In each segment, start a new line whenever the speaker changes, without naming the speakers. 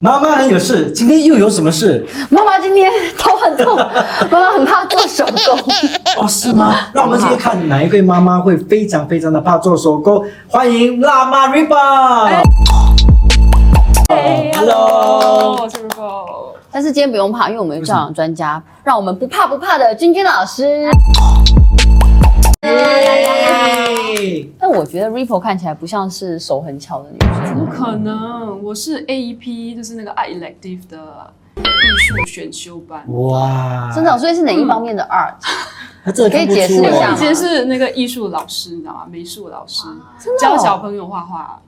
妈妈很有事，今天又有什么事？
妈妈今天头很痛， 妈妈很怕做手工。
哦，是吗？让我们今天看哪一位妈妈会非常非常的怕做手工。欢迎辣妈 Riba。
嘿
Hello
我是 Ribo。
但是今天不用怕，因为我们有教养专家，让我们不怕不怕的君君老师。
哎耶
但我觉得 Ripple 看起来不像是手很巧的女生，
不可能，我是 AEP，就是那个 I elective 的艺术选修班。
哇，
真的，所以是哪一方面的 art？
他真的看不
可以解释
出
一
我
下
以
来
吗。
前是那个艺术老师，你知道吗？美术老师
的哦
教小朋友画画，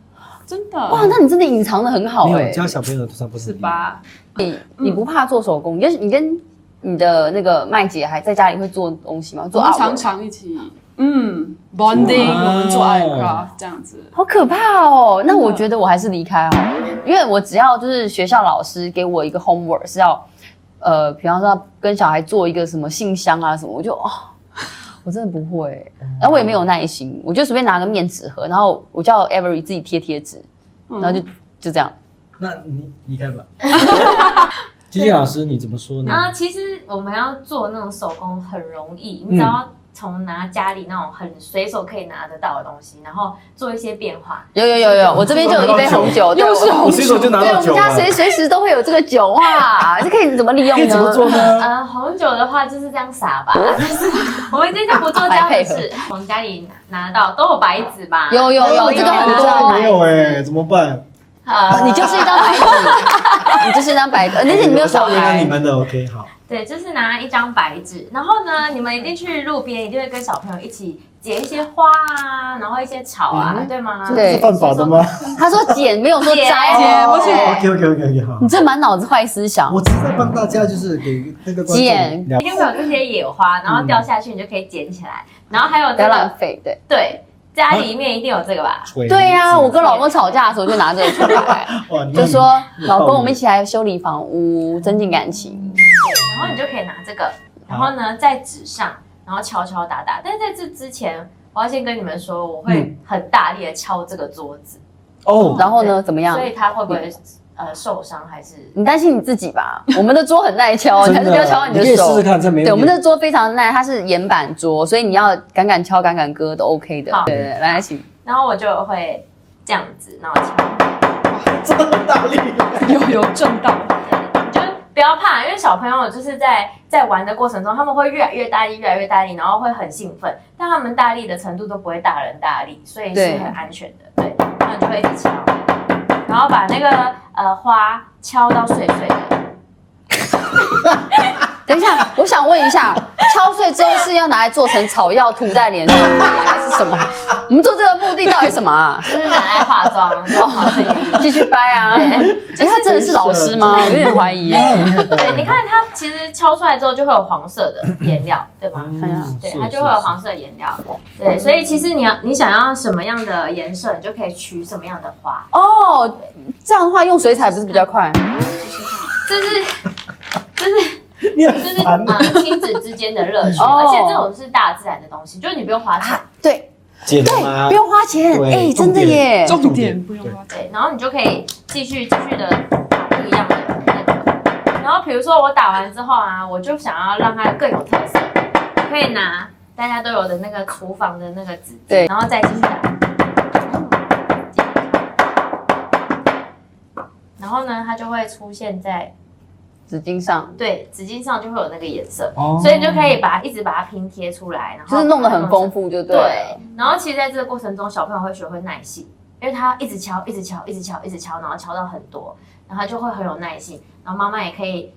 真的
哇，那你真的隐藏的很好
没
哎
有、教小朋友通常不是
是？吧？
你你不怕做手工，你跟你跟你的那个麦姐还在家里会做东西吗？
我
做
们
art
常常一起，嗯，bonding，
哇
我们做 i craft 这样子。
好可怕哦！那我觉得我还是离开好了，因为我只要就是学校老师给我一个 homework 是要，呃，比方说要跟小孩做一个什么信箱啊什么，我就哦，我真的不会，然后我也没有耐心，我就随便拿个面纸盒，然后我叫 Avery 自己贴贴纸，
嗯
嗯
然后就就这样。
那你离开 吧。金金老师，你怎么
嗯
说呢？
啊，其实我们要做那种手工很容易，你只要从拿家里那种很随手可以拿得到的东西，然后做一些变化。
有有有有，我这边就有一杯红酒，对，
又是
我
红
随手就拿
对，
到啊
我
酒
们家随
了。
随时都会有这个酒啊，这可以怎么利用
可以怎么
呢？
做呢？
呃，红酒的话就是这样撒吧，
哦
就是我们这就不做家的事，从家里拿得到都有白纸吧？
有有有，这个很
哎我
重
家
要
里。没有哎，怎么办？
呃，
你就是一张白纸，哦 你就是一张白纸，而且你没有小
我原谅
孩
你。们的 OK 好。
对，就是拿一张白纸，然后呢，你们一定去路边，一定会跟小朋友一起捡一些花啊，然后一些草啊，
嗯
对吗？
这
对
是犯法的吗
他说剪，没有说摘，
剪
哦
不是
对
？OK OK OK OK 好
你。这满脑子坏思想
我。只是在帮大家，就是给那个观
见
众聊
一。定会有这些野花，然后掉下去你就可以捡起来，然后还有
不要
这个
浪费，对对
家里面一定有这个
啊
吧？
锤
对呀、
子
我跟老公吵架的时候就拿这个出来，
哇你
就说
你
老
暴
公，
力
我们一起来修理房屋，增进感情。
然后你就可以拿这个，然后呢在纸上，然后敲敲打打。但是在这之前，我要先跟你们说，我会很大力的敲这个桌子，
哦，
然后呢，怎么样
所？以他会不会呃受伤还是？
你担心你自己吧？我们的桌很耐敲，你还
真的，
是不要敲到
可
的
以试
手
试。看，这没问题。
对，我们的桌非常耐，它是岩板桌，所以你要敢敢敲、敢敢割都 OK 的
好。
对对，对来，请。
然后我就会这样子，然后敲。
真的很大力。
有有正道，
你就不要怕，因为小朋友就是在在玩的过程中，他们会越来越大力，越来越大力，然后会很兴奋，但他们大力的程度都不会大人大力，所以
对
是很安全的。对，他们就会一起敲，然后把那个呃花敲到碎碎的。
等一 下，我想问一下，敲碎之后是要拿来做成草药涂在脸上的，还是什么？我们做这个目的到底什么 啊？
就是拿来化妆，做好自己。
继续掰 啊！哎、他真的是老师吗？我有点怀疑耶。
对，你看它其实敲出来之后就会有黄色的颜料，对吗？
嗯
哎
对，它就会有黄色的颜料。对，所以其实你要你想要什么样的颜色，你就可以取什么样的花。
哦，这样的话用水彩不是比较快？
这是
是，你
就
很
是
烦。
嗯
呃亲子之间的乐趣，
啊哦啊
而且这种是大自然的东西，就是你不用花钱，
对
姐
对，不用花钱，
对
哎、真的 耶。
重
重
点
点不用花钱。
对，然后你就可以继续继续的打不一样的那个。然后比如说我打完之后啊，我就想要让它更有特色，可以拿大家都有的那个厨房的那个纸巾，
对
然后再继续打。然后呢，它就会出现在
纸巾上
对纸巾上，就会有那个颜色，
哦
所以你就可以把它一直把它拼贴出来，然后
就是弄得很
丰富。
丰富，就对了。
对，啊然后其实在这个过程中，小朋友会学会耐性，因为他一直敲，一直敲，一直敲，一直敲，然后敲到很多，然后他就会很有耐性。然后妈妈也可以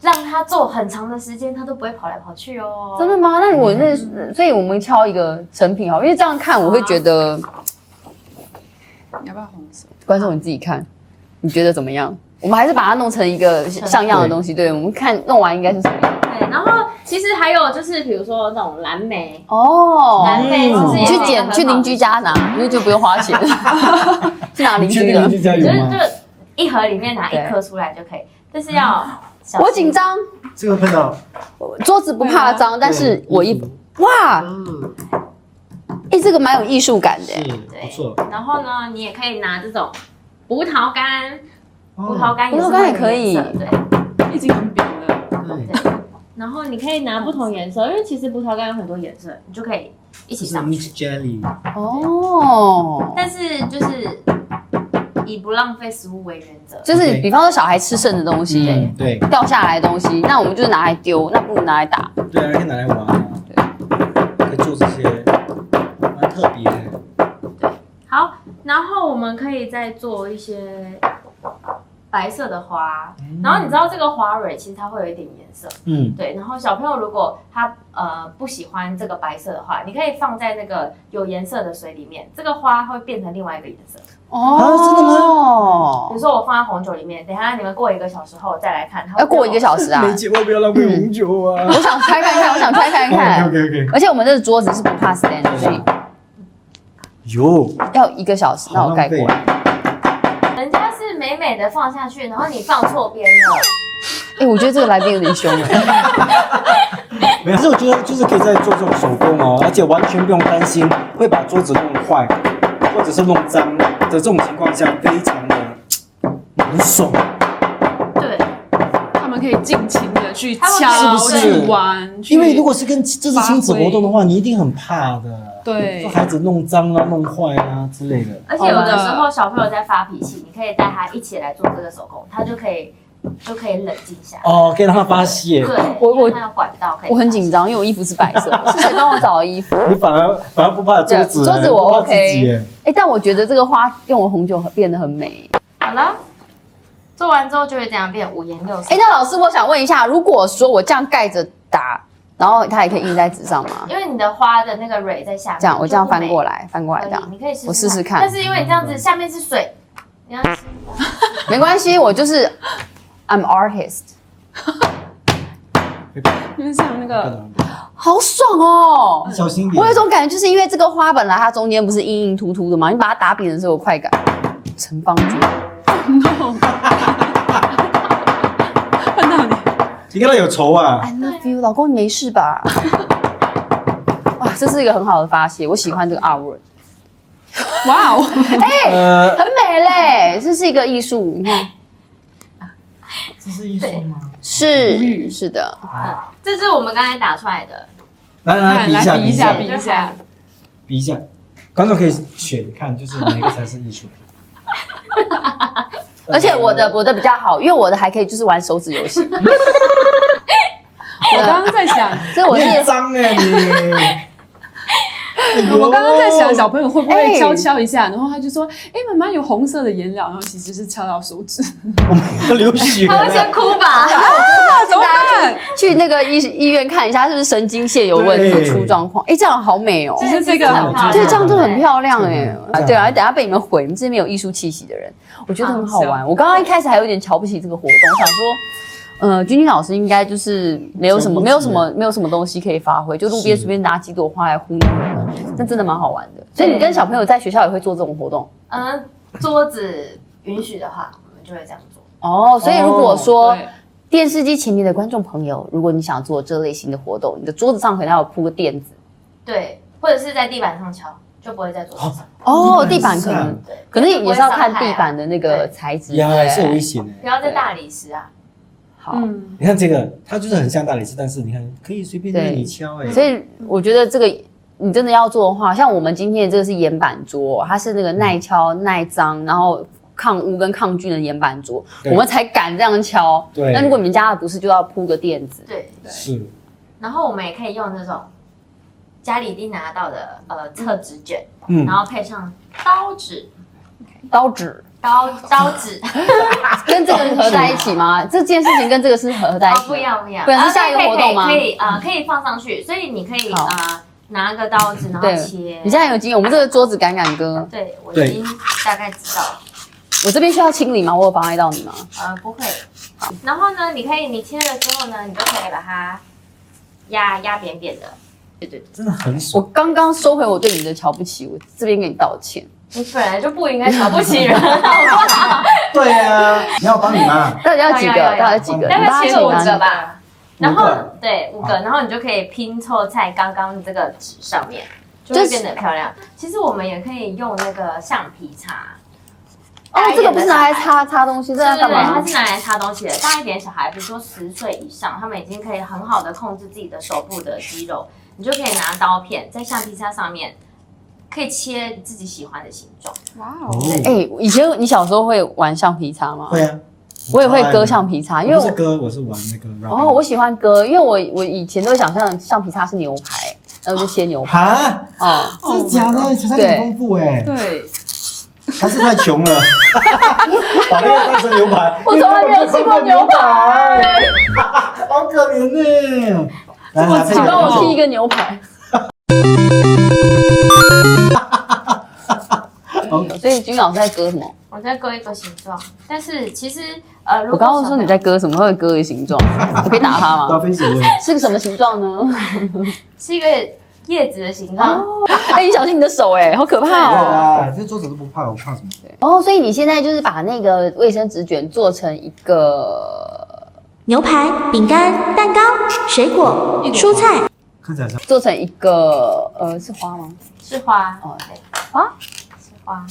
让他做很长的时间，他都不会跑来跑去哦。
真的吗？那我那、所以我们敲一个成品好，因为这样看我会觉得，
你要不要红色？
观众你自己看，你觉得怎么样？我们还是把它弄成一个像样的东西，对，我们看弄完应该是什么样。
对，然后其实还有就是，比如说那种蓝莓，
哦，
蓝莓其实
你
也是
去
一个很
捡
好
去邻居家拿，因为就不用 花钱，去拿邻
你确
居
定
的
邻。居家
就
有
是
吗？
就一盒里面拿一颗出来就可以，但是要小心
我紧，张，
这个碰到，
桌子不怕脏，但是我一哇，
嗯，
哎，这个蛮有艺术感的
是，不错。
然后呢，你也可以拿这种葡萄干，哦葡
哦
萄干也是
葡萄干也
会有
可以
颜色对。
已经很扁了。
对，
对，然后你可以拿不同颜色，因为其实葡萄干有很多颜色，你就可以一
就
起
是
上。
mix jelly，
哦。
但是就是以不浪费食物为原则，
就是比方说小孩吃剩的东西、
嗯对
掉下来的东西，那我们就是拿来丢，那不如拿来打。
对啊，可以拿来玩啊，可以做这些，蛮特别的。
好，然后我们可以再做一些白色的花，然后你知道这个花蕊其实它会有一点颜色，
嗯，
对。然后小朋友如果他呃不喜欢这个白色的话，你可以放在那个有颜色的水里面，这个花会变成另外一个颜色。
啊真的
比
哦
如，说我放在红酒里面，等一下你们过一个小时后再来看，它会
要过一个
变
小时啊！
没结婚不要浪费红酒啊。
我想拆看看，我想拆看看。
OK OK，
而且我们这个桌子是不怕 stand，的
啊
所以
哟，
要一个小时，那我盖过来。
红人家是美美的放下去，然后你放错边了。
哎、我觉得这个来宾有点凶哎。
没有，可是我觉得就是可以再做这种手工哦，而且完全不用担心会把桌子弄坏，或者是弄脏的这种情况下，非常的难受。
嗯
对，
他们可以尽情的去
他们
敲、
是不是
去玩，去
因为如果是跟这是亲子活动的话，你一定很怕的，
对
说孩子弄脏啊、弄坏啊之类
嗯
的。
而且有的时候小朋友在发脾气，你可以带他一起来做这个手工，他就可以就可以冷静下来。
哦，可以让他发泄，
对，
我
因为他有管道可以。
我很紧张，因为我衣服是白色的，是谁帮我找的衣服？
你反而反而不怕桌子，
对桌子
不
我
怕自己
OK
耶
哎、但我觉得这个花用我红酒很变得很美。
好了，做完之后就会这样变五颜六色。
哎、那老师，我想问一下，如果说我这样盖着打，然后它也可以印在纸上吗？
因为你的花的那个蕊在下面，
这样，我这样翻过
来，
来，翻过来这样，
你可以试，
我试试看
但是因为你这样子下面是水，你要
没关系，我就是 I'm artist，
就是像那个
好爽哦！
小心一点。
嗯我有一种感觉，就是因为这个花本来它中间不是硬硬凸凸的嘛，你把它打扁的时候有快感。陈方君，
no，看到你，
你跟他有仇啊？
I love you，老公你没事吧？哇，这是一个很好的发泄，我喜欢这个 art word，
哇哦！
哎
呃，
很美嘞，这是一个艺术，你看，
这是艺术吗？
无
是
语
是的，
这是我们刚才打出 来的，
来来比一下，
哎来比一下，
比
比
一下
一下，
比一下，观众可以选看，就是哪一个才是艺术。
而且我的我的比较好，因为我的还可以就是玩手指游 戏，
我刚刚在 想，
所以我
你
是
很脏哎你！哎呦
我刚刚在想小朋友会不会敲敲一下，然后他就说：“哎，妈妈有红色的颜料。”然后其实是敲到手指，
我们要哎流血
他会先
了，
哭吧？
那怎么办？
去那个医医院看一下，是不是神经线有问
对
题出状况？哎，这样好美哦！
其实这个
很漂亮
对，这样真的很漂亮哎、
这样
对啊，等下被你们毁，你们这边有艺术气息的人，我觉得很好玩。我刚刚一开始还有点瞧不起这个活动，想说，呃，君君老师应该就是没有什么，
瞧不起
没有什么，没有什么东西可以发挥，就路边
是
随便拿几朵花来糊弄你们，那真的蛮好玩的。所以你跟小朋友在学校也会做这种活动
嗯，桌子允许的话，我们就会这样做。
哦。所以如果说、
对
电视机前面的观众朋友，如果你想做这类型的活动，你的桌子上可能要有铺个垫子
对，或者是在地板上敲，就不会在桌子上。
哦，地板可能。
对，
可能也是要看
就不会
地
伤害啊
板的那个材质，
呀，还是
对
有危险
不
的。
要在大理石啊。
好，
嗯，
你看这个，它就是很像大理石，但是你看可以随便任你敲
嗯
哎。
所以我觉得这个你真的要做的话，像我们今天的这个是岩板桌，它是那个耐敲、耐脏，然后抗污跟抗菌的岩板桌，
对
我们才敢这样敲。
对
那如果你们家的不是，就要铺个垫子。
对，
是
然后我们也可以用这种家里一定拿到的呃厕纸卷，
嗯
然后配上刀纸、
刀纸
刀刀纸，
跟这个合在一起 吗？这件事情跟这个是合在一
哦
起吗、
不一样不一样，
不然是
啊
下一个
可以
活动吗
可以可以啊，呃可以放上去，所以你可以
好
啊拿个刀子然后
对
切
你。现在有经验，我们这个桌子敢敢哥，
对，我
对
已经大概知道了，
我这边需要清理吗？我有妨碍到 你吗？
呃，不会。然后呢，你可以你切了之后呢，你就可以把它压压扁扁的。对对对，
真的很
我
爽。
刚刚收回我对你的瞧不起，我这边给你道歉。
你本来就不应该瞧不起人，好不好？
对啊，你要帮你妈，
到底要几个？
要要要
到底要几个？
大概
你
切
帮我
了五
请
个
吧。
吧。然
五
后
个
对五个，然后你就可以拼凑在刚刚这个纸上面，就会
就是
变得漂亮。其实我们也可以用那个橡皮擦，
哦
大一，
这
点的
个不是拿来
小孩
擦擦东西，这要
对
干
对对，它
嘛？
是拿来擦东西的。大一点小孩，比如说十岁以上，他们已经可以很好的控制自己的手部的肌肉，你就可以拿刀片在橡皮擦上面，可以切自己喜欢的形状。
哇
哦
哦，，
哎、以前你小时候会玩橡皮擦吗？
会啊，
我也会割橡皮擦，因为
我不是
我
割，我是玩那个 rap。
哦，我喜欢割，因为我我以前都会想象橡皮擦是牛排，然后就切牛排
哈，
哦。
真的假的？想象力很丰富哎，
对，
还是太穷 了，把那个当成牛排。
我从来没有吃过牛排，
好可怜呢。来来
请帮我剔一
个。
个牛排。 嗯所以君老师在割什么？
我再割一个形状，但是其实呃，如
我
果
刚刚说你在
小
割什么，他会割一个形状，我可以打他
达
吗？
芬奇的
是个什么形状呢？
朋友是一个叶子的形状，
哎，你小心你的手，哎，好可怕
对
哦！
啊，这桌子都不怕，我怕什么？
哦，所以你现在就是把那个卫生纸卷做成一个，
牛排、饼干、蛋糕、水果、蔬菜。
看起来像
做成一个，呃，是花吗？
是花
哦
对，
花
是花。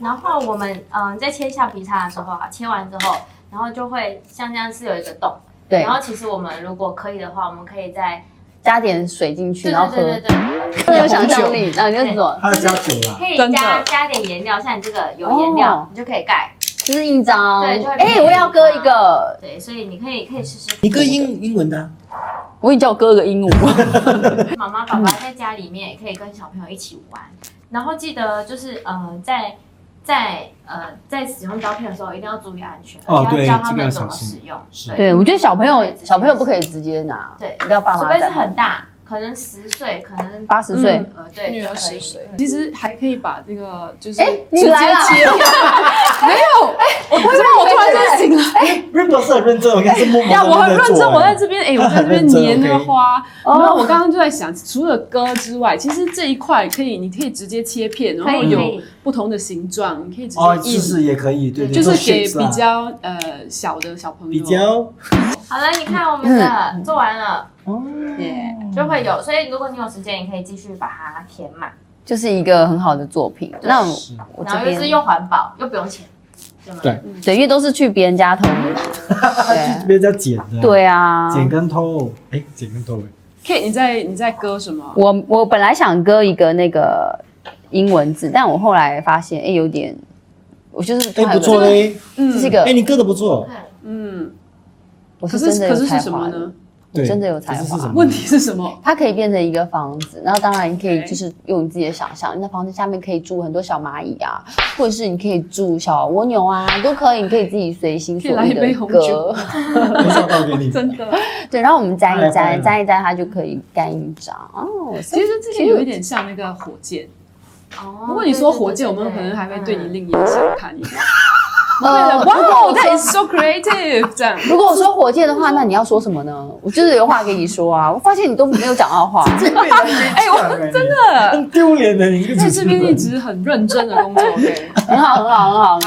然后我们嗯、呃在切橡皮擦的时候啊，切完之后，然后就会像这样是有一个洞，
对
然，后其实我们如果可以的话，我们可以在
加点水进去，
对
然后
对
喝
对对，对，
真的有想象力。那你就做，
他要加酒啦。
可以
真的
加加点颜料，像你这个有颜料，
哦
你就可以盖。
就是印章。
对就会
哎，我也要割一个，
对，所以你可以可以试试。
一个英英文的啊，
我已经叫我割个鹦鹉。
妈妈爸爸在家里面也可以跟小朋友一起玩，然后记得就是呃在在呃在使用胶片的时候一定要注意安全，
哦
而且
对
要教他
这个要
们怎么
小心
使用。
是
对，我觉得小朋友小朋友不可以直接拿，
对
一定要爸
除
妈
非是
在。
很大，可能十岁，可能
八十岁
嗯，
呃对，
女儿
可以
十岁，其实还可以把这个就是
哎
直
你
接切
来了
掉，没有，哎我怎么我突然间醒了？
瑞博是很认真，我看是 默默
呀，
地
我很
在
认
做
真，我
哎
在这边，哎，我在
很
这边
认真
粘那个
OK
花。
哦
然后我刚刚就在想，除了割之外，其实这一块可以，你可以直接切片，然
可
后
以可
有
以，
不同的形状，你可以直
哦，
接
试
印，
试也可以，对对，
就
做
是给
shapes 啦
比较呃小的小朋友。
啊比较
好了，你看我们的呃做完了
哦，
耶
嗯
就会有，所以如果你有时间，你可以继续把它填满，
就是一个很好的作品。那我
是
我
然
这
后又是
边
又环保又不用钱，对吗？
对
对，因为都是去别人家偷
啊
的。
别人家剪的，
对，对啊，
剪跟偷，哎，剪跟偷，哎
Kate，你在你在割什么？
我我本来想割一个那个英文字，但我后来发现，哎，有点，我就是突然
哎
有
不错
个
嘞，
这是一
嗯
个
哎，，你割的不错，
对
嗯，
我
可
是真
是
的
可
有
是
才
是什
华
么
的，
呢？
对，
真的有才华
可是是什么
问题是什 么？
它可以变成一个房子，然后当然你可以
OK
就是用你自己的想象，那房子下面可以住很多小蚂蚁啊，或者是你可以住小蜗牛啊，都可以，你可以自己随心所欲
可以来一杯
的
红
割
酒。
等一下倒给你，
真的，
对，然后我们粘一
太棒
粘，
了
粘一粘，它就可以干一张哦。
其实这个有一点像那个火箭。
哦，
如果你说火
对
箭，我
对对
们可能还会对你
嗯哦
另眼相看一 点。
呃
哇哦
如果我
，That
说
is so creative，这样。
如果我说火箭的话，那你要说什么呢？我就是有话给你说啊，我发现你都没有讲到话。
哎， 我真的很丢脸的，你一个
在
主持
这边一
人。
直很认真的工作，OK。
很好，很好，很好。